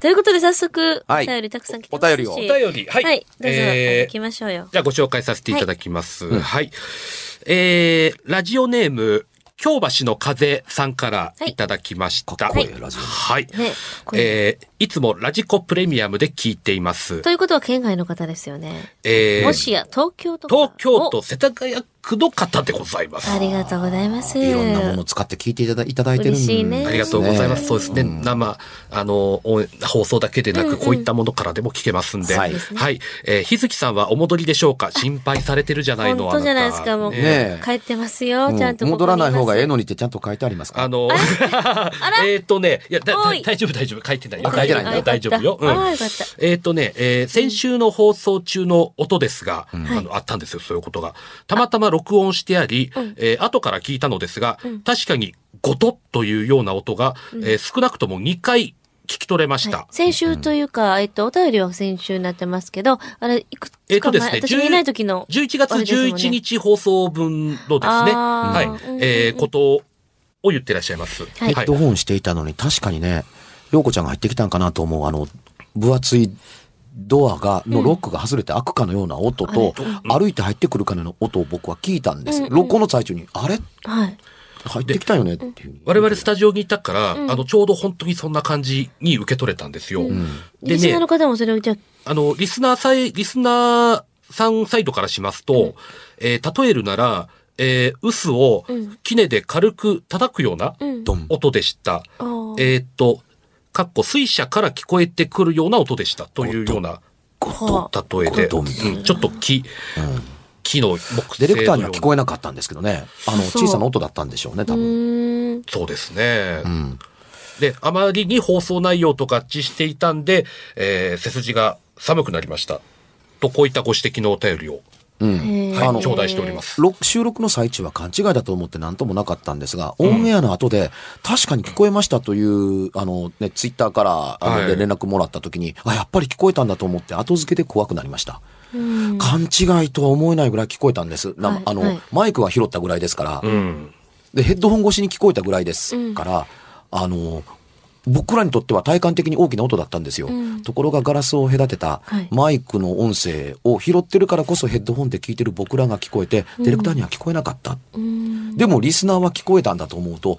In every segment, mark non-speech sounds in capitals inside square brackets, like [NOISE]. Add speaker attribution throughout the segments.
Speaker 1: ということで早速、お
Speaker 2: はい
Speaker 1: 便りたくさん来て
Speaker 2: お
Speaker 1: ますし、
Speaker 2: 便りを
Speaker 1: お
Speaker 2: お
Speaker 1: 便り
Speaker 3: 便り、はい。
Speaker 1: はい、どうぞ、
Speaker 3: え
Speaker 1: 行
Speaker 3: ー
Speaker 1: きましょうよ。
Speaker 3: じゃあご紹介させていただきます。はい。えー、ラジオネーム、京橋の風さんから
Speaker 1: はい
Speaker 3: いただきました。
Speaker 2: かっこ
Speaker 3: はい
Speaker 2: い
Speaker 3: い。
Speaker 2: ラジオ
Speaker 1: ねこれ
Speaker 3: えー、いつもラジコプレミアムで聞いています
Speaker 1: と。いうことは県外の方ですよね。
Speaker 3: えー
Speaker 1: もしや、東京とか。
Speaker 3: 東京都世田谷区の方でございま
Speaker 1: お。あ
Speaker 3: す。
Speaker 1: りがとうございます。
Speaker 2: いろんなものを使って聞いていただいただいてるんです
Speaker 1: 嬉しいね
Speaker 3: ありがとうございま
Speaker 2: ね
Speaker 3: す。そうですね。生、あの、オン放送だけでなく、こういったものからでも聞けますんで。
Speaker 2: は
Speaker 3: はいい
Speaker 2: そう
Speaker 1: ですね。
Speaker 3: えー日月さんはお戻りでしょうか心配されてるじゃないの
Speaker 1: 本当じゃないです
Speaker 3: あ
Speaker 1: か、もう。
Speaker 3: た
Speaker 2: ねえ
Speaker 1: 帰ってますよ、
Speaker 2: うん
Speaker 1: ちゃんとここに
Speaker 2: 戻らない方がええ
Speaker 1: ます
Speaker 2: のにってちゃんと書いてありますか
Speaker 3: あの、 [LAUGHS] えっとね、いや、だ
Speaker 1: お
Speaker 3: だ
Speaker 1: い
Speaker 3: 大丈夫、大丈夫。書いてないよ。
Speaker 2: あ書いて
Speaker 3: 大丈
Speaker 2: な
Speaker 3: 夫
Speaker 2: いん
Speaker 3: だ
Speaker 2: だ
Speaker 3: よ、大丈夫よ。
Speaker 1: あよかったあよかった
Speaker 3: えっとね、えー先週の放送中の音ですが、
Speaker 1: は
Speaker 3: あ
Speaker 1: い
Speaker 3: の、あったんですよ、そういうことが。たまたま録音してあり、
Speaker 1: うん
Speaker 3: えー後から聞いたのですが、
Speaker 1: うん
Speaker 3: 確かに、ゴトッというような音が、
Speaker 1: うん
Speaker 3: えー少なくとも2回聞き取れました。
Speaker 1: はい先週というか、えっと、お便りは先週になってますけど、あれ、いく
Speaker 3: え
Speaker 1: つ
Speaker 3: っと
Speaker 1: か
Speaker 3: で
Speaker 1: 前、
Speaker 3: すね
Speaker 1: 私がいない時の、
Speaker 3: 11月11日放送分のですね、
Speaker 1: あ
Speaker 3: は
Speaker 1: ー
Speaker 3: い
Speaker 1: うん、
Speaker 3: えーことを言ってらっしゃいます。
Speaker 1: はい
Speaker 2: ヘッドホンしていたのに確かにね、陽子ちゃんが入ってきたんかなと思う、あの、分厚いドアが、のロックが外れて開くかのような音と、歩いて入ってくるかのような音を僕は聞いたんです。
Speaker 1: うんうん
Speaker 2: 録音の最中に、あれ
Speaker 1: はい。
Speaker 2: 入ってきたよねっていう。
Speaker 3: 我々スタジオにいたから、
Speaker 1: うん
Speaker 3: あの、ちょうど本当にそんな感じに受け取れたんですよ。
Speaker 1: う
Speaker 2: うん
Speaker 3: で
Speaker 1: リスナー
Speaker 3: ね
Speaker 1: の、方もそれをじゃあ
Speaker 3: あの、リスナーさい、リスナーさんサイドからしますと、
Speaker 1: うん
Speaker 3: えー例えるなら、えー、薄を
Speaker 1: うん、
Speaker 3: キネで軽く叩くような
Speaker 1: うん。
Speaker 2: ドン。
Speaker 3: 音でした。
Speaker 1: あー
Speaker 3: えーっと、かっこ水車から聞こえてくるような音でした。というような
Speaker 2: ゴ
Speaker 1: は
Speaker 2: ト
Speaker 1: あ
Speaker 3: 例えで、
Speaker 2: 音
Speaker 3: うんちょっと木、
Speaker 2: うん
Speaker 3: 木の木製
Speaker 2: ディレクターには聞こ
Speaker 3: え
Speaker 2: えなかったんですけどね。あの、
Speaker 1: そう
Speaker 2: 小さな音だったんでしょうね、多
Speaker 1: う
Speaker 2: 分。
Speaker 1: ーん。
Speaker 3: そうですね。
Speaker 2: うん。
Speaker 3: で、あまりに放送内容と合致していたんで、えー背筋が寒くなりました。と、こういったご指摘のお便りを、
Speaker 2: うん。
Speaker 1: へー
Speaker 3: はい
Speaker 2: あの
Speaker 3: 頂戴しておりま。す。
Speaker 2: ろ収録の最中は勘違いだと思って何ともなかったんですが、オンエアの後で、確かに聞こえましたという、あの、ね、ツイッターから、あ
Speaker 3: は
Speaker 2: の、
Speaker 3: い
Speaker 2: で連絡もらった時に、あ、やっぱり聞こえたんだと思って、後付けで怖くなりまし
Speaker 1: う
Speaker 2: た。
Speaker 1: ん
Speaker 2: 勘違いとは思えないぐらい聞こえたんです。な
Speaker 1: はい
Speaker 2: あの、
Speaker 1: はい
Speaker 2: マイクは拾ったぐらいですから、
Speaker 3: うん。
Speaker 2: で、ヘッドホン越しに聞こえたぐらいですから、あの、僕らにとっては体感的に大きな音だったんですよ。
Speaker 1: うん
Speaker 2: ところがガラスを隔てた
Speaker 1: はい
Speaker 2: マイクの音声を拾ってるからこそヘッドホンで聞いてる僕らが聞こえて、ディレクターには聞こえなかった。
Speaker 1: うん。
Speaker 2: でもリスナーは聞こえたんだと思うと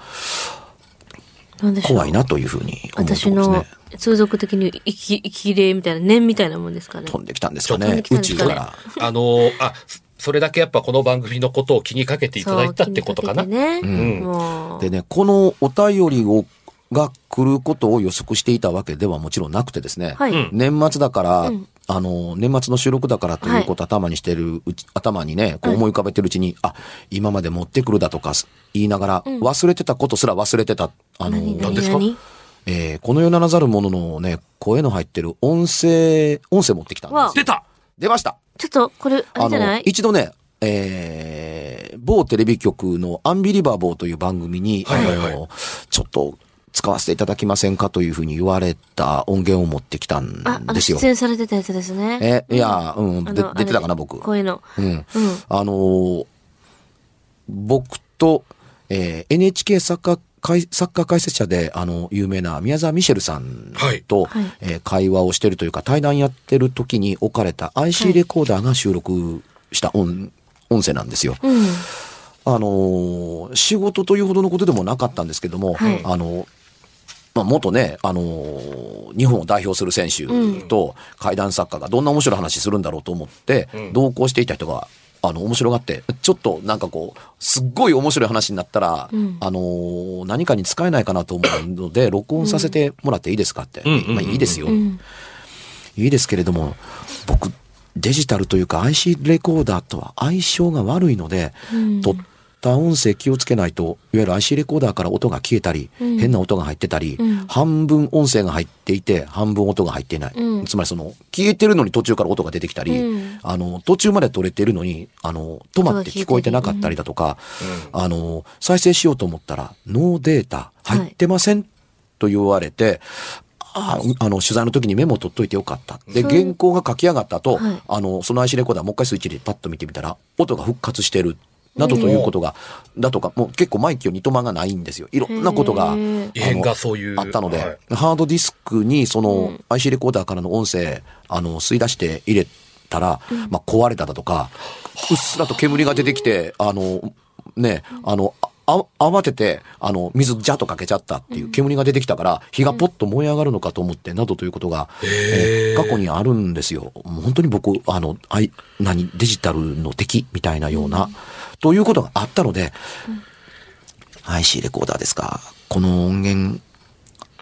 Speaker 1: なんでしょう
Speaker 2: 怖いなというふうに思うところです
Speaker 1: 私
Speaker 2: ね
Speaker 1: の。通俗的に生き、生き霊みたいな、念みたいなもんですかね。
Speaker 2: 飛んできたんですか
Speaker 1: 飛ん
Speaker 2: ね
Speaker 1: でき。たん
Speaker 2: 宇
Speaker 1: です
Speaker 2: 宙
Speaker 1: か
Speaker 2: か
Speaker 1: ね
Speaker 2: ら。
Speaker 3: あのーあ、そそれだけやっぱこの番組のことを気にかけていただいたってことかな。
Speaker 1: そう気にかけてね
Speaker 3: うん
Speaker 1: もう。
Speaker 2: でね、このお便りをが来ることを予測していたわけではもちろんなくてですね。
Speaker 1: はい。
Speaker 3: うん
Speaker 2: 年末だから、
Speaker 1: うん
Speaker 2: あの、年末の収録だからということを頭にしてるうち、頭にね、こう
Speaker 1: はい
Speaker 2: 思い浮かべてるうちに、あ、今まで持ってくるだとか言いながら、
Speaker 1: うん
Speaker 2: 忘れてたことすら忘れてた、あの、
Speaker 1: 何
Speaker 3: 何
Speaker 1: 何
Speaker 3: ですか
Speaker 1: 何
Speaker 2: えーこの世ならざるもののね、声の入ってる音声、音声持ってきたん
Speaker 1: わあ
Speaker 2: ですよ。
Speaker 3: 出た
Speaker 2: 出ました
Speaker 1: ちょっと、これ、あれじゃない
Speaker 2: 一度ね、えー某テレビ局のアンビリバボーという番組に、
Speaker 3: はいはいはい
Speaker 2: あのちょっと使わせていただきませんかというふうに言われた音源を持ってきたん
Speaker 1: あ、あの、
Speaker 2: ですよ
Speaker 1: 出。演されてたやつですね。
Speaker 2: え、いや、うん、
Speaker 1: あ
Speaker 2: で
Speaker 1: の、
Speaker 2: 出てたか
Speaker 1: あれ
Speaker 2: な、僕。
Speaker 1: こういうの。
Speaker 2: うん。
Speaker 1: うん。
Speaker 2: あのー僕と、えー NHK サッカー解、サッカー解説者で、あの、有名な宮沢ミシェルさん
Speaker 3: はい
Speaker 2: と、
Speaker 1: はい
Speaker 2: えー会話をしてるというか、対談やってる時に置かれた
Speaker 1: は
Speaker 2: IC
Speaker 1: い
Speaker 2: レコーダーが収録した音、音声なんですよ。
Speaker 1: うん。
Speaker 2: あのー仕事というほどのことでもなかったんですけども、
Speaker 1: はい
Speaker 2: あのーまあ、元ね、あのー日本を代表する選手と怪談作家がどんな面白い話するんだろうと思って、
Speaker 3: うん
Speaker 2: 同行していた人が、あの、面白がって、ちょっとなんかこう、すっごい面白い話になったら、
Speaker 1: うん
Speaker 2: あのー何かに使えないかなと思うので、録音させてもらっていいですかって。
Speaker 3: うんうん
Speaker 2: まあ、いいですよ。
Speaker 1: うん。
Speaker 2: いいですけれども、僕、デジタルというか IC レコーダーとは相性が悪いので、
Speaker 1: うん
Speaker 2: 撮った音声気をつけないと、いわゆる IC レコーダーから音が消えたり、
Speaker 1: うん
Speaker 2: 変な音が入ってたり、
Speaker 1: うん
Speaker 2: 半分音声が入っていて、半分音が入っていない。
Speaker 1: うん
Speaker 2: つまりその、消えてるのに途中から音が出てきたり、
Speaker 1: うん
Speaker 2: あの、途中まで撮れてるのに、あの、止まって聞こえてなかったりだとか、
Speaker 3: う
Speaker 2: あの、再生しようと思ったら、ノーデータ入ってませんと言われて、ああの取材の時にメモを取っといてよかった。で、
Speaker 1: そう
Speaker 2: 原稿が書き上がった後、
Speaker 1: はい
Speaker 2: あの、その IC レコーダーもう一回スイッチでパッと見てみたら、音が復活してる。などということが、だとか、もう結構毎期を二とまがないんですよ。いろんなことが、あ
Speaker 1: へー
Speaker 2: の
Speaker 3: 異変がそういう
Speaker 2: あったので、
Speaker 3: はい
Speaker 2: ハードディスクにその、
Speaker 1: うん
Speaker 2: IC レコーダーからの音声、あの、吸い出して入れたら、まあ壊れただとか、うっすらと煙が出てきて、あの、ね、あの、ああ慌てて、あの、水ジャッとかけちゃったっていう、煙が出てきたから、火がポッと燃え上がるのかと思って、などということが、
Speaker 3: へ
Speaker 2: え
Speaker 3: ー
Speaker 2: ー過去にあるんですよ。もう本当に僕、あの、あい、何、デジタルの敵みたいなような、ということがあったので、IC レコーダーですか。この音源、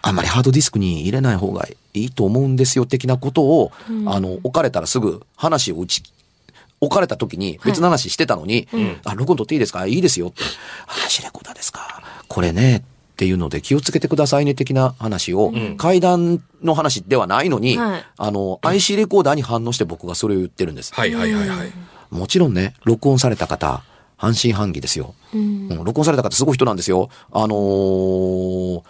Speaker 2: あんまりハードディスクに入れない方がいいと思うんですよ、的なことを、あの、置かれたらすぐ話を打ち、置かれた時に別の話してたのに、あ、録音取っていいですかいいですよって。話レコーダーですかこれね、っていうので気をつけてくださいね、的な話を、階段の話ではないのに、
Speaker 1: はい
Speaker 2: あの、IC レコーダーに反応して僕がそれを言ってるんです。
Speaker 3: はいはいはいはい。
Speaker 2: もちろんね、録音された方、半信半疑ですよ。
Speaker 1: うん
Speaker 2: うん録音された方すごい人なんですよ。あのー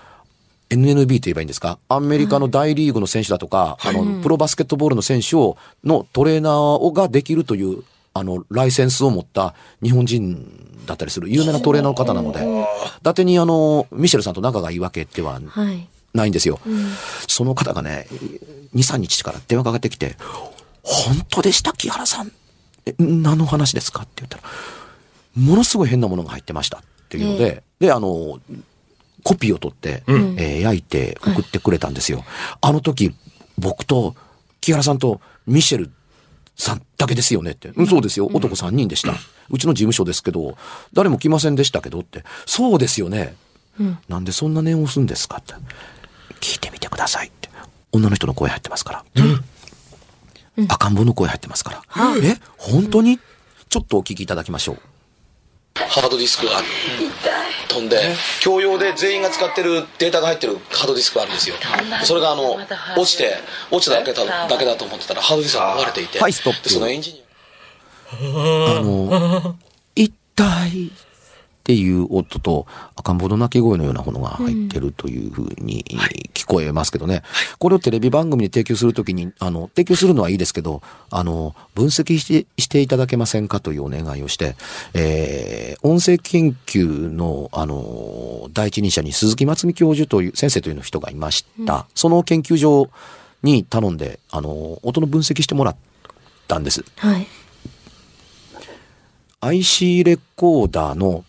Speaker 2: NNB と言えばいいんですかアメリカの大リーグの選手だとか、あの、プロバスケットボールの選手を、のトレーナーをができるという、あの、ライセンスを持った日本人だったりする有名なトレーナーの方なので、伊達にあの、ミシェルさんと仲がいいわけでは
Speaker 1: はい。
Speaker 2: ないんですよ。
Speaker 1: うん
Speaker 2: その方がね、2、3日から電話かかってきて、本当でした木原さん。え、何の話ですかって言ったら、ものすごい変なものが入ってましたっていうので、で、あの、コピーを取って、
Speaker 3: うん
Speaker 2: えー焼いて送ってくれたんですよ。あの時、僕と木原さんとミシェルさんだけですよねって。うん、そうですよ。男3人でした。うちの事務所ですけど、誰も来ませんでしたけどって。そうですよね。なんでそんな念を押すんですかって。聞いてみてくださいって。女の人の声入ってますから。赤ん坊の声入ってますから。え本当にちょっとお聞きいただきましょう。
Speaker 4: ハードディスクが飛んで共用で全員が使ってるデータが入ってるハードディスクがあるんですよそれがあの落ちて落ちただけだだけだと思ってたらハードディスクが壊れていて
Speaker 2: はいストップ
Speaker 4: でそのエンジニア
Speaker 2: あの、一体っていう音と赤ん坊の鳴き声のようなものが入ってるというふうに聞こえますけどね。これをテレビ番組に提供するときに、あの、提供するのはいいですけど、あの、分析してしていただけませんかというお願いをして、えー音声研究の、あの、第一人者に鈴木松美教授という、先生という人がいました。その研究所に頼んで、あの、音の分析してもらったんです。
Speaker 1: はい。
Speaker 2: IC レコーダーの、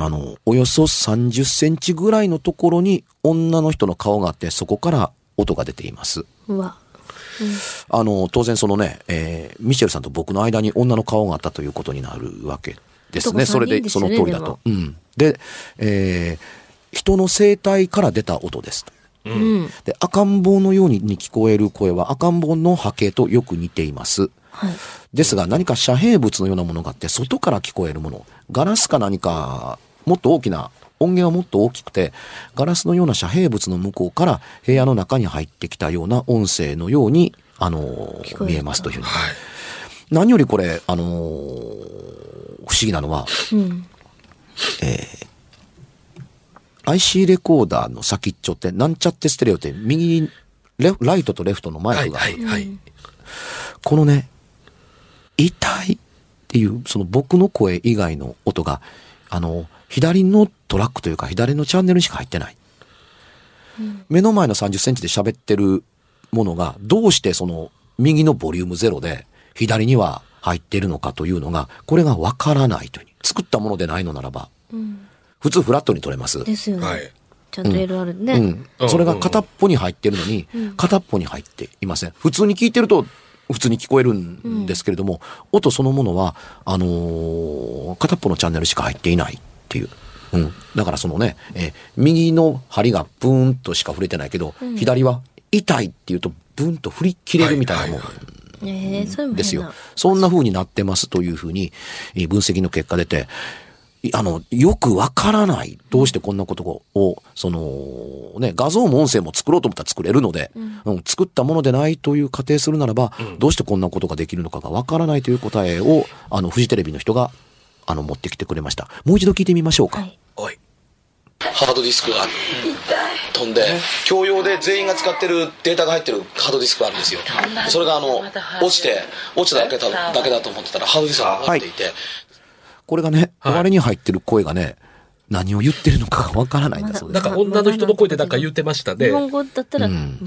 Speaker 2: あの、およそ30センチぐらいのところに女の人の顔があって、そこから音が出ています。
Speaker 1: うわ。
Speaker 2: あの、当然そのね、えーミシェルさんと僕の間に女の顔があったということになるわけですね。
Speaker 1: 男
Speaker 2: そ
Speaker 1: 三人
Speaker 2: れで、
Speaker 1: です
Speaker 2: そ
Speaker 1: よ
Speaker 2: の
Speaker 1: ね
Speaker 2: 通りだと。うん。で、えー人の声帯から出た音です。
Speaker 1: うん。
Speaker 2: で、赤ん坊のようにに聞こえる声は赤ん坊の波形とよく似ています。
Speaker 1: はい。
Speaker 2: ですが何か遮蔽物のようなものがあって外から聞こえるものガラスか何かもっと大きな音源はもっと大きくてガラスのような遮蔽物の向こうから部屋の中に入ってきたような音声のように、あの
Speaker 1: こえると
Speaker 2: 見えますというふうに、何よりこれ、あのー不思議なのは
Speaker 1: うん。
Speaker 2: IC レコーダーの先っちょってなんちゃってステレオって右レライトとレフトのマ
Speaker 3: は
Speaker 2: イ
Speaker 3: い
Speaker 2: クが
Speaker 3: はいはい。
Speaker 2: このね、痛いっていう、その僕の声以外の音が、あの、左のトラックというか、左のチャンネルにしか入ってない。目の前の30センチで喋ってるものが、どうしてその右のボリュームゼロで、左には入ってるのかというのが、これがわからないという。作ったものでないのならば、
Speaker 1: うん。
Speaker 2: 普通フラットに取れます。
Speaker 1: ですよね。
Speaker 3: はい
Speaker 1: ちゃんと LR ね。
Speaker 2: う、
Speaker 3: うんん
Speaker 2: それが片っぽに入ってるのに、片っぽに入っていません。普通に聞いてると、普通に聞こえるんですけれども、音そのものは、あのー片っぽのチャンネルしか入っていないっていう。うん、だからそのね、えー右の針がブーンとしか触れてないけど、左は痛いっていうと、ブーンと振り切れるみたいなもん、
Speaker 3: はいはい
Speaker 1: ええそれも変な
Speaker 2: ですよ。そんな風になってますという風に、えー分析の結果出て、いあの、よくわからない。どうしてこんなことを、その、ね、画像も音声も作ろうと思ったら作れるので、うん作ったものでないという仮定するならば、どうしてこんなことができるのかがわからないという答えを、あの、フジテレビの人が、あの、持ってきてくれました。もう一度聞いてみましょうか。
Speaker 1: はい。
Speaker 3: おい。
Speaker 4: ハードディスクが飛んで共用で全員が使ってるデータが入ってるハードディスクがあるんですよそれがあの落ちて落ちただけだだけだと思ってたらハードディスクが壊れていて、
Speaker 2: これがね、
Speaker 3: はい
Speaker 2: 我に入ってる声がね、何を言ってるのかがわからないんだそうで
Speaker 3: なん
Speaker 2: す。
Speaker 3: か女の人の声でなんか言ってましたね
Speaker 1: 日。本語だったら、
Speaker 2: うん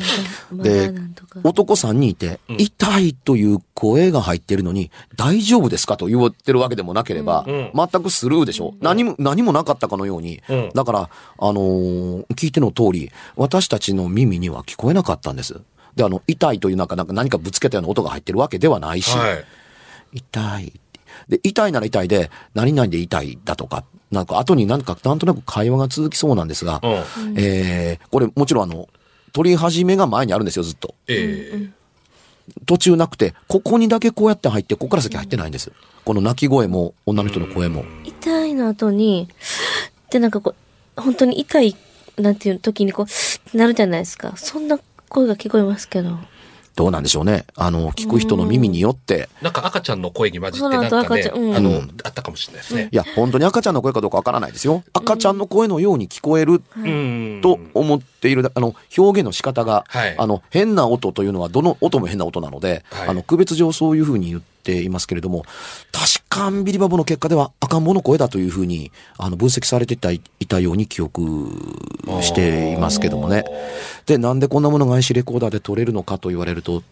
Speaker 1: まだ、まだ
Speaker 2: で
Speaker 1: なんとか。
Speaker 2: 男さんにいて、
Speaker 3: うん
Speaker 2: 痛いという声が入ってるのに、大丈夫ですかと言ってるわけでもなければ、
Speaker 3: うん
Speaker 2: 全くスルーでしょ、何も、何もなかったかのように。
Speaker 3: うん
Speaker 2: だから、あのー聞いての通り、私たちの耳には聞こえなかったんです。で、あの、痛いというなんか、なんか何かぶつけたような音が入ってるわけではないし、
Speaker 3: はい。
Speaker 2: 痛いって。で、痛いなら痛いで、何々で痛いだとか、なんか後になんか、なんとなく会話が続きそうなんですが、
Speaker 3: うん。
Speaker 2: えーこれもちろんあの、取り始めが前にあるんですよ、ずっと。
Speaker 3: ええ。
Speaker 2: 途中なくて、ここにだけこうやって入って、ここから先入ってないんです。この泣き声も、女の人の声も。
Speaker 1: 痛いの後に、ってなんかこう、本当に痛い、なんていう時にこう、ってなるじゃないですか。そんな声が聞こえますけど。
Speaker 2: どうなんでしょうね。あの、聞く人の耳によって、
Speaker 3: なんか赤ちゃんの声に混じって
Speaker 1: そうな
Speaker 3: なんん
Speaker 1: と
Speaker 3: かね、
Speaker 1: 赤ちゃんうん
Speaker 3: あ
Speaker 2: う
Speaker 3: の
Speaker 2: ん、
Speaker 3: あったかもしれないですね。
Speaker 2: いや、本当に赤ちゃんの声かどうかわからないですよ。赤ちゃんの声のように聞こえる
Speaker 3: うん。
Speaker 2: と思っているだ、あの、表現の仕方が、
Speaker 3: はい
Speaker 2: あの、変な音というのは、どの音も変な音なので、
Speaker 3: はい
Speaker 2: あの、区別上そういうふうに言っていますけれども、確かアンビリバボーの結果では赤ん坊の声だというふうに、あの、分析されていたいたように記憶していますけどもね。で、なんでこんなものが IC レコーダーで撮れるのかと言われると、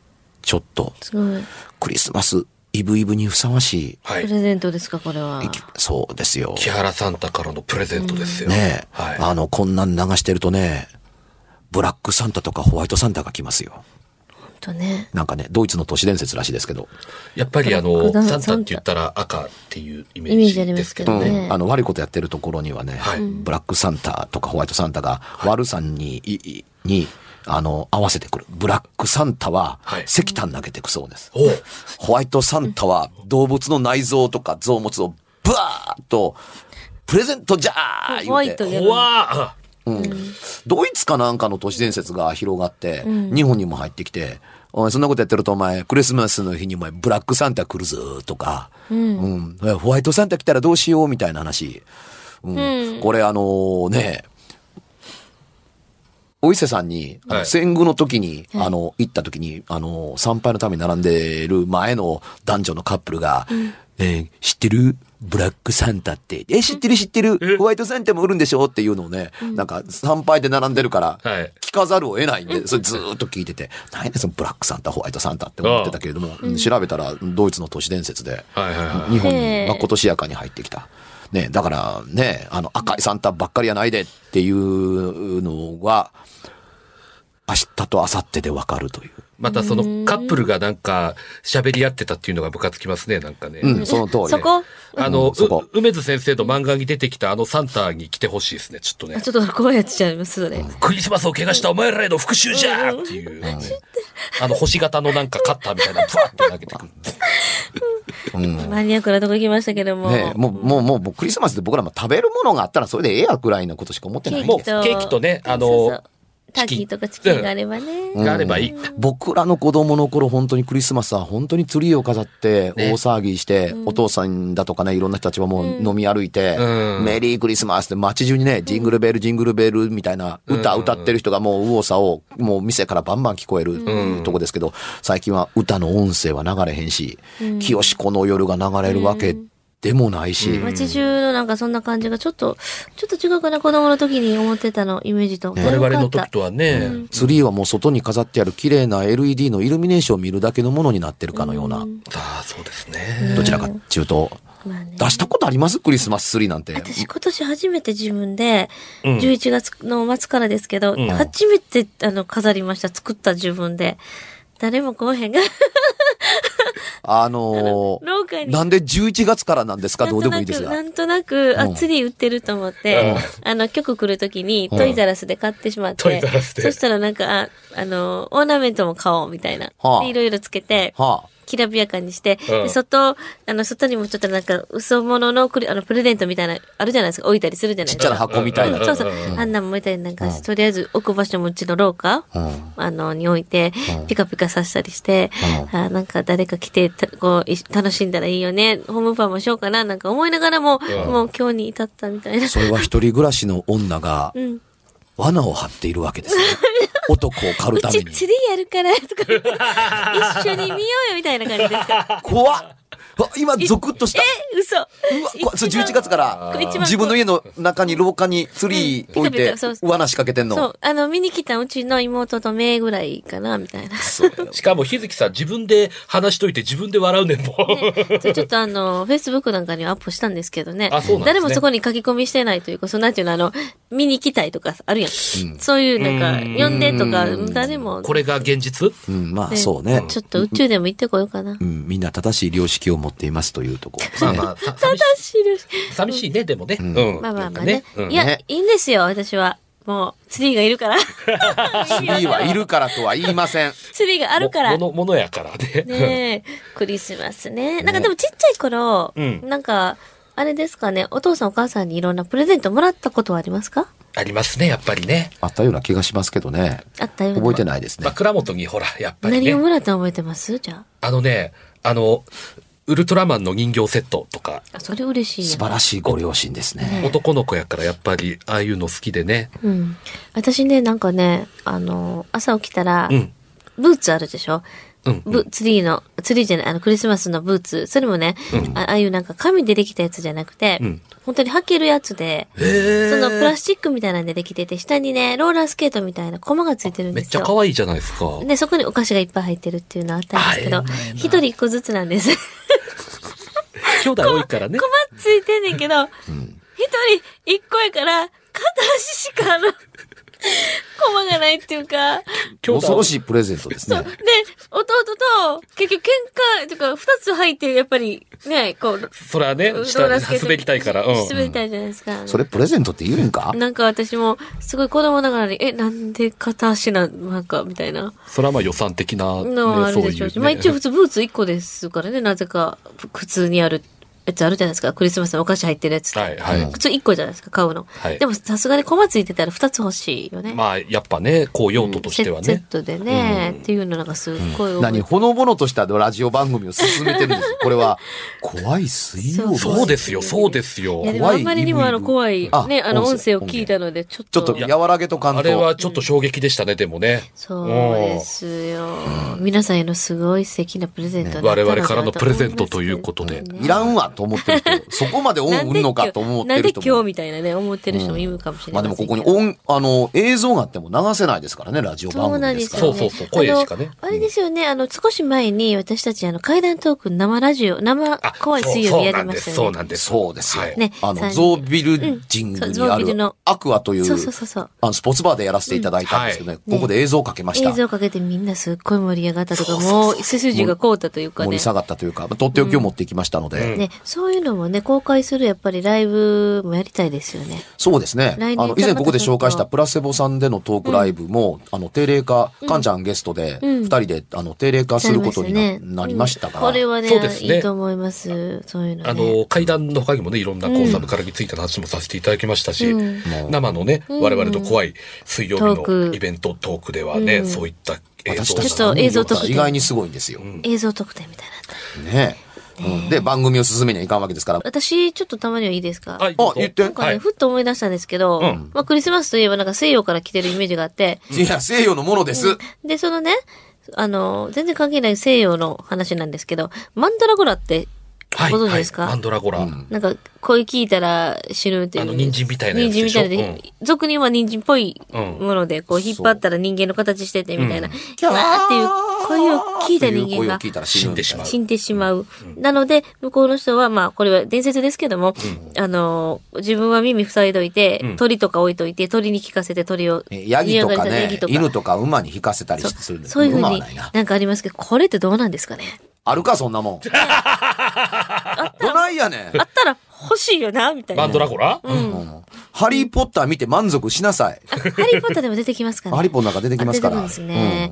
Speaker 2: ちょっと、
Speaker 1: すごい。
Speaker 2: クリスマス、イブイブにふさわしい、
Speaker 3: は
Speaker 1: プ
Speaker 3: い。
Speaker 1: レゼントですか、これは。
Speaker 2: そうですよ。
Speaker 3: 木原サンタからのプレゼントですよ。
Speaker 2: ねえ、
Speaker 3: は
Speaker 2: あの、こんなん流してるとね、ブラックサンタとかホワイトサンタが来ますよ。
Speaker 1: 本当ね。
Speaker 2: なんかね、ドイツの都市伝説らしいですけど、
Speaker 3: い。やっぱりあ
Speaker 1: 黒
Speaker 3: の、
Speaker 1: 田
Speaker 3: サ
Speaker 1: サ
Speaker 3: ン
Speaker 1: ンタ
Speaker 3: タって言ったら赤っていうイメ
Speaker 1: イメ
Speaker 3: ー
Speaker 1: ージあ
Speaker 3: ジ
Speaker 1: り
Speaker 3: で
Speaker 1: ますす
Speaker 3: け
Speaker 1: け
Speaker 3: ど
Speaker 1: ど
Speaker 3: ね。
Speaker 1: ね
Speaker 2: あの悪いことやってるところにはね、
Speaker 3: はい
Speaker 2: ブラックサンタとかホワイトサンタが悪さに、いいにあの合わせてくる。ブラックサンタは
Speaker 3: はい
Speaker 2: 石炭投げてくそうです。
Speaker 3: おう
Speaker 2: ホワイトサンタは動物の内臓とか臓物をブワーッとプレゼントじゃー
Speaker 1: ホワイ
Speaker 2: 言うて
Speaker 1: トや
Speaker 3: 怖あ
Speaker 2: ドイツかなんかの都市伝説が広がって、日本にも入ってきて、おいそんなことやってるとお前、クリスマスの日にお前、ブラックサンタ来るぞとか、うんえホワイトサンタ来たらどうしようみたいな話。うんこれあのね、お伊勢さんに、あの
Speaker 3: はい
Speaker 2: 戦後の時に、あの、行った時に、あの、参拝のために並んでる前の男女のカップルが、えー知ってるブラックサンタって、え、知ってる知ってるホワイトサンタも売るんでしょっていうのをね、なんか参拝で並んでるから、
Speaker 3: はい
Speaker 2: 聞かざるを得ないんで、それずーっと聞いてて、何やねんそのブラックサンタ、ホワイトサンタって思ってたけれども、うん調べたらドイツの都市伝説で、
Speaker 3: あ。はいはいはい。
Speaker 2: 日本
Speaker 1: へ
Speaker 2: に
Speaker 1: え
Speaker 2: まことしやかに入ってきた。ね、だからね、あの赤いサンタばっかりやないでっていうのは、明日と明後日でわかるという。
Speaker 3: またそのカップルがなんか喋り合ってたっていうのがムカつきますね、なんかね。
Speaker 2: うん、その通り。
Speaker 1: そこ
Speaker 3: あの、
Speaker 2: うんそこ
Speaker 3: う梅津先生の漫画に出てきたあのサンタに来てほしいですね、ちょっとね
Speaker 1: あ。ちょっと怖いやつちゃいます、それ。
Speaker 3: クリスマスを怪我したお前らへの復讐じゃーっていう、あの星型のなんかカッターみたいな、ブワッて投げてくる。
Speaker 1: マニアックなとこ行きましたけども。
Speaker 2: ね、もう、もう、もう、もうクリスマスで僕らも食べるものがあったらそれでええやくらいのことしか思ってないん
Speaker 3: もう
Speaker 2: で
Speaker 3: ケ
Speaker 2: す。
Speaker 3: ーキとねあの
Speaker 1: そうそうター
Speaker 3: チ
Speaker 1: キ
Speaker 3: キン
Speaker 1: ーとかチキンがあればね。
Speaker 3: があればいい。
Speaker 2: 僕らの子供の頃本当にクリスマスは本当にツリーを飾って大
Speaker 3: ね
Speaker 2: 騒ぎして、お父さんだとかね、いろんな人たちはもう飲み歩いて、
Speaker 3: うん
Speaker 2: メリークリスマスって街中にね、ジングルベルジングルベルみたいな歌歌ってる人がもう右往左往、もう店からバンバン聞こえるとこですけど、最近は歌の音声は流れへんし、清子の夜が流れるわけでもないし、
Speaker 1: 街中のなんかそんな感じがちょっと、ちょっと違うかな、子供の時に思ってたの、イメージと。
Speaker 3: 我々の
Speaker 1: よかっ
Speaker 3: 時
Speaker 1: た
Speaker 3: とはね、
Speaker 2: ツリーはもう外に飾ってある綺麗な LED のイルミネーションを見るだけのものになってるかのような、
Speaker 3: ああ、そうですね。
Speaker 2: どちらか中東。
Speaker 1: まあね
Speaker 2: 出したことありますクリスマスツリーなんて。
Speaker 1: 私今年初めて自分で、
Speaker 3: うん
Speaker 1: 11月の末からですけど、
Speaker 3: ん
Speaker 1: 初めてあの飾りました。作った自分で。誰も来おへんが、
Speaker 2: あの
Speaker 1: 廊下
Speaker 2: ー、
Speaker 1: に。
Speaker 2: なんで11月からなんですか
Speaker 1: な
Speaker 2: ど
Speaker 1: ん
Speaker 2: う
Speaker 1: と
Speaker 2: でも
Speaker 1: ない
Speaker 2: いです
Speaker 1: く、
Speaker 2: が
Speaker 1: な。んとなく、あ、
Speaker 2: うん
Speaker 1: ツリー売ってると思って、あの、局来るときに、トイザラスで買ってしまっ
Speaker 3: トイ
Speaker 1: て
Speaker 3: ザラス、で
Speaker 1: そしたらなんか、あ、あの、オーナメントも買おうみたいな。
Speaker 2: はあ
Speaker 1: でいろいろつけて、
Speaker 2: は
Speaker 1: きらびやかにして、
Speaker 3: うん
Speaker 1: で外、あの、外にもちょっとなんか、嘘物のクリあの、プレゼントみたいな、あるじゃないですか、置いたりするじゃないですか。
Speaker 2: ちっちゃな箱みたいな
Speaker 1: うんそうそう
Speaker 3: う。
Speaker 1: あんなんも置いたりなんかして、とりあえず置く場所もうちの廊下、
Speaker 2: あ。うん。
Speaker 1: あの、に置いて、ピカピカさせたりして、あなんか誰か来てた、こう、い楽しんだらいいよね、ホームパンもしようかな、なんか思いながらも、もう今日に至ったみたいな。
Speaker 2: それは一人暮らしの女が
Speaker 1: ん、
Speaker 2: 罠を張っているわ
Speaker 1: [LAUGHS]
Speaker 2: けですね。男を狩る
Speaker 1: う
Speaker 2: ため
Speaker 1: ち
Speaker 2: に。
Speaker 1: 釣りやるから、とか言って、一緒に見ようよみたいな感じですか。
Speaker 2: 怖っわ今ゾクッとした。
Speaker 1: え、嘘。
Speaker 2: うわ、こそう11月から自分の家の中に廊下にツリー置い
Speaker 1: うんピカピ
Speaker 2: て
Speaker 1: カそうそう
Speaker 2: 罠仕掛けてん
Speaker 1: そ
Speaker 2: の。
Speaker 1: う、あの、見に来たうちの妹と目ぐらいかな、みたいな。
Speaker 2: そうや
Speaker 3: しかも、日月さん、自分で話しといて自分で笑うねんもん。
Speaker 1: それちょっとあの、Facebook なんかにはアップしたんですけどね。
Speaker 3: あそうなんですね
Speaker 1: 誰もそこに書き込みしてないというか、そのなんていうの、あの、見に行きたいとかあるやん。そういう、なんか、呼んでとか、誰も。
Speaker 3: これが現実
Speaker 2: うん、まあ
Speaker 1: ね
Speaker 2: そうね。
Speaker 1: ちょっと宇宙でも行ってこようかな
Speaker 2: う。ん、みんな正しい良識を持っていますというところです
Speaker 3: まあ
Speaker 2: ね。
Speaker 3: まあ、さ
Speaker 1: 正
Speaker 3: 寂し
Speaker 1: しいです。
Speaker 3: い寂しいね、でもね。うん
Speaker 1: まあまあまあ
Speaker 3: なん
Speaker 1: ね
Speaker 3: か。うん
Speaker 1: いや、
Speaker 2: ね
Speaker 1: いいんですよ、私は。もう、ツリーがいるから。
Speaker 2: ツリーはいるからとは言いません。
Speaker 1: ツリーがあるから
Speaker 3: も。もの、ものやからね。
Speaker 1: ねえ、クリスマスね。なんかでもちっちゃい頃、
Speaker 3: うん
Speaker 1: なんか、あれですかね、お父さんお母さんにいろんなプレゼントもらったことはありますか
Speaker 3: [LAUGHS] ありますね、やっぱりね。
Speaker 2: あったような気がしますけどね。
Speaker 1: あったような。
Speaker 2: 覚えてないですね。
Speaker 3: 枕元に、ほら、やっぱり
Speaker 1: 何を
Speaker 3: ね。
Speaker 1: もらったの覚えてますじゃ
Speaker 3: あのね、あの、ウルトラマンの人形セットとか、
Speaker 1: あ。あそれ嬉しい
Speaker 2: 素
Speaker 1: な
Speaker 2: 晴らしいご両親ですね。
Speaker 3: 男の子やからやっぱり、ああいうの好きでね。
Speaker 1: うん。私ね、なんかね、あの、朝起きたら、
Speaker 3: うん。
Speaker 1: ブーツあるでしょ
Speaker 3: うん。
Speaker 1: ブツリーの、ツリーじゃない、あの、クリスマスのブーツ。それもね、あああいうなんか紙でできたやつじゃなくて、
Speaker 3: うん
Speaker 1: 本当に履けるやつで、そのプラスチックみたいなんでできてて、下にね、ローラースケートみたいなコマがついてるん
Speaker 3: め
Speaker 1: で
Speaker 3: っ
Speaker 1: す
Speaker 3: ちゃ
Speaker 1: よ。
Speaker 3: 可愛いじゃないですか。
Speaker 1: で、そこにお菓子がいっぱい入ってるっていうのあったんですけ
Speaker 3: あ
Speaker 1: ど
Speaker 3: ええなええ、な
Speaker 1: 一人一個ずつなんです。
Speaker 3: 兄弟多いからね
Speaker 1: コ。マついてんねんけど、一、人一個やから、片足しかあの、コマがないっていうか、
Speaker 3: 兄弟
Speaker 2: 恐ろしいプレゼントですね
Speaker 1: で。、弟と、結局喧嘩、とか、二つ入って、やっぱり、ね、こう、
Speaker 3: それはね、下
Speaker 1: ローラースケート
Speaker 3: 滑りたいから。うん。
Speaker 1: 滑りたいじゃないですか。
Speaker 2: それプレゼントって言うんか
Speaker 1: なんか私も、すごい子供ながらに、え、なんで片足なん、なんか、みたいな。
Speaker 3: それはまあ予算的な、ね
Speaker 1: のはあるでしょうし、まあ一応
Speaker 3: ね
Speaker 1: 普通ブーツ1個ですからね、なぜか普通にあるやつあるじゃないですか。クリスマスのお菓子入ってるやつ。
Speaker 3: はいはい
Speaker 1: 普。通1個じゃないですか、買うの。
Speaker 3: はい
Speaker 1: でもさすがにコマついてたら2つ欲しいよね。
Speaker 3: まあやっぱね、こう用途とし
Speaker 1: セ
Speaker 3: ては
Speaker 1: セッ
Speaker 3: ね。
Speaker 1: トでね、っていうのなんかすっごい多い
Speaker 2: 何ほのぼのとしたラジオ番組を進めてるんですよこれは、怖い水曜日。
Speaker 1: そう
Speaker 3: そうですよ、そうですよ
Speaker 1: いや。でも
Speaker 2: 怖
Speaker 1: あ
Speaker 2: い
Speaker 1: んまりにもあの怖い
Speaker 2: EV あ、
Speaker 1: ね、あの
Speaker 2: 音
Speaker 1: 音
Speaker 2: 声
Speaker 1: 声を聞いたので、ちょっ
Speaker 2: ちょっ
Speaker 1: と。
Speaker 2: と和らげとかんと。
Speaker 3: あれはちょっと衝撃でしたね、でもね。
Speaker 1: そうですよ。皆さんへのすごい素敵なプレゼントだったの
Speaker 3: 我
Speaker 1: では
Speaker 3: 々からのプレゼントということで。
Speaker 2: いらんわと思ってる人、そこまで
Speaker 1: なん
Speaker 2: 恩
Speaker 1: で
Speaker 2: 売る
Speaker 1: 今
Speaker 2: の
Speaker 1: 日
Speaker 2: かと思っ
Speaker 1: な
Speaker 2: て
Speaker 1: ん
Speaker 2: る
Speaker 1: で
Speaker 2: 人
Speaker 1: 今日
Speaker 2: も。
Speaker 1: みたいなね、思ってる人もいるかもしれ
Speaker 2: ま
Speaker 1: な
Speaker 2: あ
Speaker 1: い。
Speaker 2: でもここに音、あの、映像があっても流せないですからね、ラジオ番
Speaker 1: そうなん
Speaker 2: 組で
Speaker 1: ですす
Speaker 2: から。
Speaker 1: よ、ね。
Speaker 3: そうそうそう声しかね
Speaker 1: あのあれですよね、あの、少し前に私たち、あの、階段トーク生ラジオ、生
Speaker 3: あ
Speaker 1: 怖い水曜日やりました
Speaker 3: そう
Speaker 1: よね。
Speaker 3: なんです。
Speaker 2: そうですよ。
Speaker 3: はい
Speaker 1: ね
Speaker 2: あの、
Speaker 1: 三人
Speaker 2: ゾービルジングにあ
Speaker 1: うんそうゾービル
Speaker 2: る
Speaker 1: の、
Speaker 2: アクアという、
Speaker 1: そうそうそうそう
Speaker 2: あの、スポーツバーでやらせていただいたんですけどね、
Speaker 1: うんはい
Speaker 2: ここで映像をかけました。
Speaker 1: 映像かけてみんなすっごい盛り上がったとか、もう背筋が凍ったというか
Speaker 2: 盛
Speaker 1: ね
Speaker 2: り。下がったというか、まあとっておきを持ってきましたので、
Speaker 1: ね、そういうのもね、公開するやっぱりライブもやりたいですよね。
Speaker 2: そうですね。
Speaker 1: 来年
Speaker 2: あの、以前ここで紹介したプラセボさんでのトークライブも、あの、定例化、かんちゃんゲストで、
Speaker 1: ん
Speaker 2: 二人で、あの、定例化することにな,、
Speaker 1: ね
Speaker 2: なりましたから。
Speaker 1: これはね
Speaker 3: そうですね
Speaker 1: いいと思います。そういうのね。
Speaker 3: あの、階段の他にもね、いろんなこう、サブカルについての話もさせていただきましたし、生のね、我々と怖い水曜
Speaker 1: ト
Speaker 3: 日
Speaker 1: ー
Speaker 3: の
Speaker 1: ク
Speaker 3: イベントトークではね、そういった映像
Speaker 2: 私たち
Speaker 1: ちょっと映像
Speaker 2: と
Speaker 1: 特
Speaker 2: か
Speaker 1: 典
Speaker 2: 意外にすごいんですよ。
Speaker 1: 映像特典みたいなのあった。
Speaker 2: ね、うんで、番組を進めにはいかんわけですから。
Speaker 1: 私、ちょっとたまにはいいですか
Speaker 3: はい
Speaker 2: あ、言って
Speaker 1: なん。かね、
Speaker 3: はい
Speaker 1: ふっと思い出したんですけど、
Speaker 3: うん
Speaker 1: まあクリスマスといえばなんか西洋から来てるイメージがあって、
Speaker 2: いや、西洋のものです。
Speaker 1: で、そのね、あの、全然関係ない西洋の話なんですけど、マンダラゴラってご
Speaker 3: はい、
Speaker 1: 存知ですか、
Speaker 3: はいマンドラゴラ。
Speaker 1: なんか、声聞いたら死ぬっていう。
Speaker 3: あの人参みたいなやつでしょ
Speaker 1: 人参みたいなで、俗に言えば人参っぽいもので、こう引っ張ったら人間の形しててみたいな、わーっていう声を聞い
Speaker 2: と
Speaker 1: た
Speaker 2: い
Speaker 1: 人
Speaker 2: う
Speaker 1: 間
Speaker 2: 声を
Speaker 1: が
Speaker 2: 聞いたら
Speaker 3: 死んでしまう
Speaker 1: 死んでしまう。なので、向こうの人は、まあ、これは伝説ですけども、あの、自分は耳塞いどいて、鳥とか置いといて、鳥に聞かせて鳥を。
Speaker 2: えヤギとか
Speaker 1: ヤ
Speaker 2: ね
Speaker 1: ギとか
Speaker 2: 犬とか馬に引かせたり
Speaker 1: そう
Speaker 2: するんです
Speaker 1: そういうふう
Speaker 2: 馬は
Speaker 1: に
Speaker 2: ないな。
Speaker 1: なんかありますけど、これってどうなんですかね
Speaker 2: あるか、そんな
Speaker 1: [LAUGHS]
Speaker 2: もん。どないやねん。
Speaker 1: あったら欲しいよな、みたい
Speaker 3: マ
Speaker 1: な。
Speaker 3: ンドラゴラ
Speaker 2: うんハリーポッター見て満足しなさい。
Speaker 1: ハリーポッターでも出てきますかね
Speaker 2: [LAUGHS] ハリポンなんか出てきますから。
Speaker 1: あ出てくるんですね。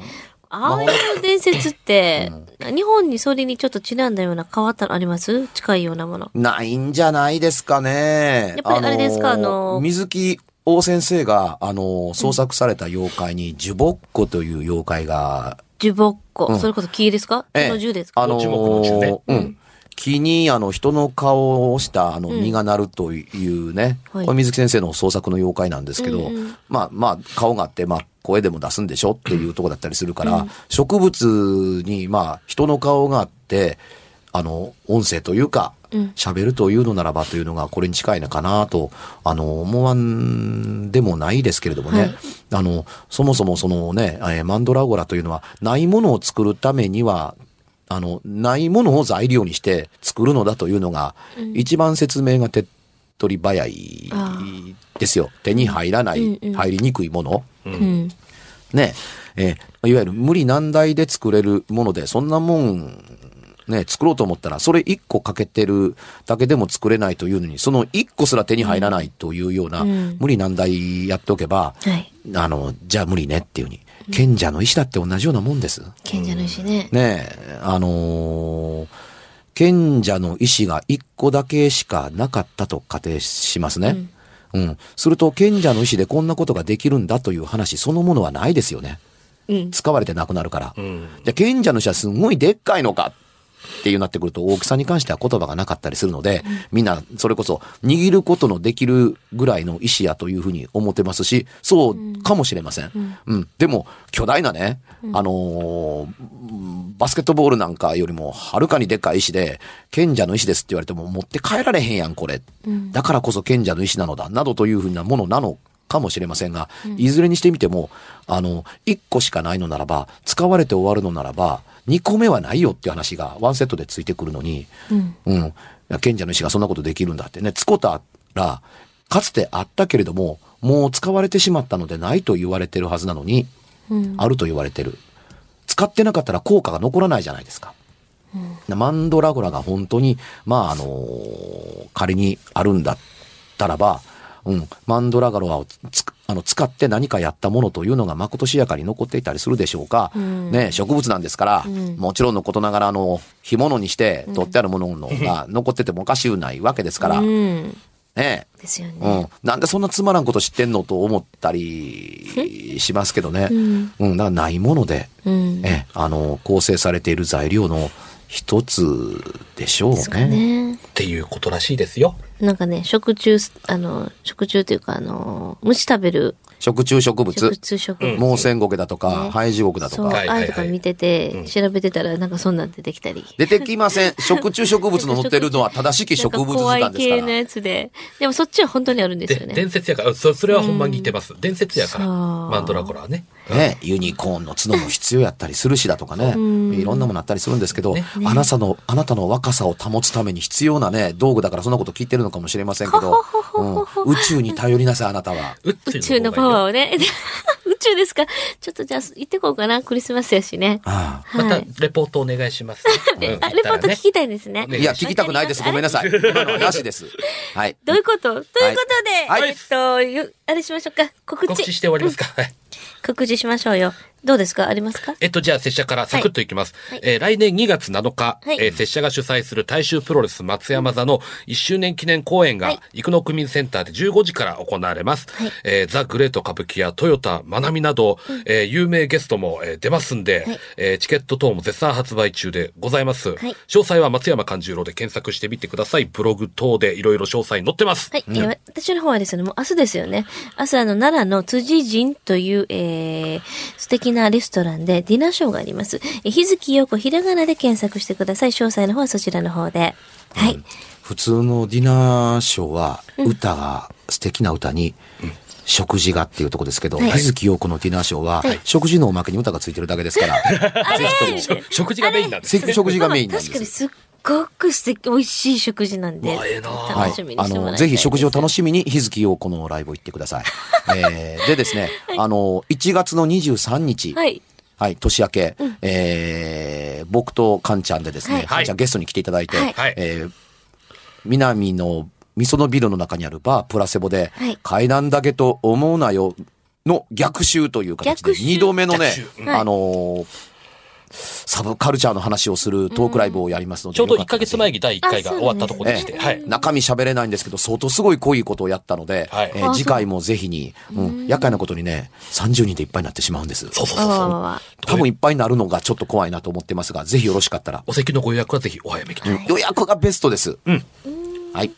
Speaker 1: ああいう伝説って、日本にそれにちょっとちなんだような変わったのあります近いようなもの。
Speaker 2: うんないんじゃないですか
Speaker 1: や
Speaker 2: ね。
Speaker 1: っぱりあれですかあのー
Speaker 2: 水木王先生が、あのー創作された妖怪に、ジュボッコという妖怪が、
Speaker 1: 樹木
Speaker 2: う
Speaker 1: 庫。
Speaker 2: ん
Speaker 1: それこそ木ですか、
Speaker 2: ええ
Speaker 1: その銃ですか
Speaker 2: あの
Speaker 3: 樹木の樹ね
Speaker 2: ー、うん。木に、あの、人の顔をした、あの、実がなるというね、
Speaker 1: はい
Speaker 2: これ水木先生の創作の妖怪なんですけど、
Speaker 1: うんうん
Speaker 2: まあまあ、顔があって、まあ、声でも出すんでしょっていうとこだったりするから、植物に、まあ、人の顔があって、あの、音声というか、喋、るというのならばというのがこれに近いのかなと、あの、思わんでもないですけれどもね、
Speaker 1: はい
Speaker 2: あの、そもそもそのね、えーマンドラゴラというのは、ないものを作るためには、あの、ないものを材料にして作るのだというのが、一番説明が手っ取り早い
Speaker 1: あ
Speaker 2: ですよ。手に入らない、
Speaker 1: うんうん
Speaker 2: 入りにくいもの。
Speaker 1: うん。
Speaker 2: ね、えーいわゆる無理難題で作れるもので、そんなもん、ね、作ろうと思ったら、それ一個欠けてるだけでも作れないというのに、その一個すら手に入らないというような、
Speaker 1: うん
Speaker 2: 無理難題やっておけば、
Speaker 1: はい。
Speaker 2: あの、じゃあ無理ねっていうふうに。賢者の石だって同じようなもんです。
Speaker 1: 賢者の石ね。
Speaker 2: ねえ、あのー賢者の意志が一個だけしかなかったと仮定しますね。うん。すると、賢者の意志でこんなことができるんだという話そのものはないですよね。
Speaker 1: うん。
Speaker 2: 使われてなくなるから。
Speaker 3: ん
Speaker 2: じゃあ、賢者の石はすごいでっかいのかっていうなってくると、大きさに関しては言葉がなかったりするので、みんな、それこそ、握ることのできるぐらいの意志やというふうに思ってますし、そうかもしれません。うん。でも、巨大なね、あのーうんバスケットボールなんかよりも、はるかにでっかい石で、賢者の石ですって言われても、持って帰られへんやん、これ。だからこそ賢者の石なのだ、などというふうなものなのかもしれませんが、いずれにしてみても、あの、1個しかないのならば、使われて終わるのならば、2個目はないよっていう話がワンセットでついてくるのに、
Speaker 1: うん。
Speaker 2: うん、賢者の石がそんなことできるんだってね、つこたら、かつてあったけれども、もう使われてしまったのでないと言われてるはずなのに、
Speaker 1: うん。
Speaker 2: あると言われてる。使ってなかったら効果が残らないじゃないですか。マンドラゴラが本当に、まあ、あの仮にあるんだったらば、うん、マンドラゴラをつあの使って何かやったものというのがまことしやかに残っていたりするでしょうか。
Speaker 1: うん
Speaker 2: ね、植物なんですから、
Speaker 1: うん
Speaker 2: もちろんのことながら、あの、干物にして取ってあるものの
Speaker 1: [LAUGHS]
Speaker 2: が残っててもおかしゅうないわけですから、
Speaker 1: うん。
Speaker 2: ね、
Speaker 1: ですよ
Speaker 2: う
Speaker 1: ね。
Speaker 2: ん、なんでそんなつまらんこと知ってんのと思ったりしますけどね。
Speaker 1: うん
Speaker 2: うん、だからないもので、
Speaker 1: うん。
Speaker 2: ええあの、構成されている材料の一つでしょう
Speaker 1: ですか
Speaker 2: ね。
Speaker 1: ね。
Speaker 3: ていうことらしいですよ。
Speaker 1: なんかね、食虫、あの、食虫というか、あの、虫食べる
Speaker 2: 食虫植
Speaker 1: 食
Speaker 2: 物、
Speaker 1: 虫植物。
Speaker 2: モウセンゴケだとか、
Speaker 1: ね
Speaker 2: ハイジゴケだと
Speaker 1: そう、
Speaker 2: か。
Speaker 3: はいはいはい
Speaker 1: あれとか見てて、調べてたら、なんかそんなん出てきたり。
Speaker 2: 出てきません。食虫植物の載ってるのは正しき植物
Speaker 1: な
Speaker 2: 図
Speaker 1: ん
Speaker 2: 鑑
Speaker 1: か
Speaker 2: ですか
Speaker 1: 怖い系
Speaker 2: ら
Speaker 1: の。やつで。でもそっちは本当にあるんで
Speaker 3: です
Speaker 1: よね。
Speaker 3: 伝説やから、そそれはほんまに言ってます。伝説やから、
Speaker 1: そう
Speaker 3: マンドラゴラはね。
Speaker 2: ね、ユニコーンの角も必要やったりするしだとかね、いろんなものあったりするんですけど、あなたの、あなたの若さを保つために必要なね、道具だからそんなこと聞いてるのかもしれませんけど、うん、宇宙に頼りなさい、あなたは。
Speaker 3: 宇
Speaker 1: 宇宙のパワーをね。 [LAUGHS] 宇宙ですかちょっとじゃあ行ってこうかな。クリスマスやしね。
Speaker 2: あ
Speaker 1: は
Speaker 3: また
Speaker 1: い。
Speaker 3: レポートお願い
Speaker 1: [LAUGHS]
Speaker 3: します。うん
Speaker 1: あ、レポート聞きたいですね
Speaker 3: お。
Speaker 2: あ
Speaker 3: 願
Speaker 2: いや、聞きたくないです。ごめんなさい。今のはなしです。はい。
Speaker 1: どういうことということ
Speaker 2: は
Speaker 1: で、
Speaker 2: い
Speaker 1: えっと、よあれしましょうか。告
Speaker 3: 告知し
Speaker 1: 知。
Speaker 3: て終わりますか。はい
Speaker 1: 告知しましょうよ。どうですかありますか
Speaker 3: えっと、じゃあ、拙者からサクッといきます。
Speaker 1: はい
Speaker 3: えー来年2月7日、
Speaker 1: はい
Speaker 3: えー拙者が主催する大衆プロレス松山座の1周年記念公演
Speaker 1: は
Speaker 3: が
Speaker 1: い、
Speaker 3: 生野区民センターで15時から行われます。
Speaker 1: はい
Speaker 3: えーザ・グレート歌舞伎やトヨタ、マナミなど、えー有名ゲストも、えー出ますんで、
Speaker 1: はい
Speaker 3: えーチケット等も絶賛発売中でございます。
Speaker 1: はい
Speaker 3: 詳細は松山勘十郎で検索してみてください。ブログ等でいろいろ詳細載ってます。
Speaker 1: はい、えー私の方はですね、もう明日ですよね。明日あの、奈良の辻人という、えー、素敵なレストランでディナーショーがあります。えー日月陽子ひらがなで検索してください。詳細の方はそちらの方で。はい。
Speaker 2: 普通のディナーショーは、歌が、素敵な歌に、食事がっていうとこですけど、
Speaker 1: はい
Speaker 2: 水木陽子のディナーショーは、食事のおまけに歌がついてるだけですから、
Speaker 1: [LAUGHS] あれ
Speaker 3: しょ食事がメインなんですね。
Speaker 2: 食事がメインなんです。
Speaker 1: 確かにすっごく素敵、美味しい食事なんで。
Speaker 3: うわええなあ
Speaker 1: 楽しみにしてもらいたいです、
Speaker 2: ぜひ食事を楽しみに、日月陽子のライブ行ってく
Speaker 1: [LAUGHS]
Speaker 2: ださい。えーでですね、あの、1月の23日、
Speaker 1: は
Speaker 2: はい、
Speaker 1: い。
Speaker 2: 年明け、えー僕とカンちゃんでですね、
Speaker 1: はい
Speaker 2: カンちゃんゲストに来ていただいて、
Speaker 1: はい
Speaker 3: はい
Speaker 2: えー南の、みそのビルの中にあるバープラセボで、
Speaker 1: はい
Speaker 2: 階段だけと思うなよの逆襲という形で、
Speaker 1: 逆襲
Speaker 2: 2度目のね
Speaker 3: 逆、
Speaker 1: 襲
Speaker 2: あのーサブカルチャーの話をするトークライブをやりますので、
Speaker 3: ちょうど
Speaker 2: よかったら
Speaker 3: 1ヶ
Speaker 2: ぜひ
Speaker 3: 月前に第1回が
Speaker 1: あそう
Speaker 3: 終
Speaker 1: なんですね
Speaker 3: わったところでして、
Speaker 1: ええ
Speaker 3: はい。
Speaker 2: 中身喋れないんですけど、相当すごい濃いことをやったので、
Speaker 3: はい
Speaker 2: え
Speaker 1: あ
Speaker 2: ー
Speaker 1: そう
Speaker 2: 次回もぜひに、うん、厄介なことにね、30人でいっぱいになってしまうんです。
Speaker 3: そうそう
Speaker 1: わ
Speaker 3: そう
Speaker 1: わわ
Speaker 3: そう。
Speaker 1: わ
Speaker 2: 多分いっぱいになるのがちょっと怖いなと思ってますが、ぜひよろしかったら。
Speaker 3: お席のご予約はぜひお早めに。
Speaker 2: 予約がベストです。はい。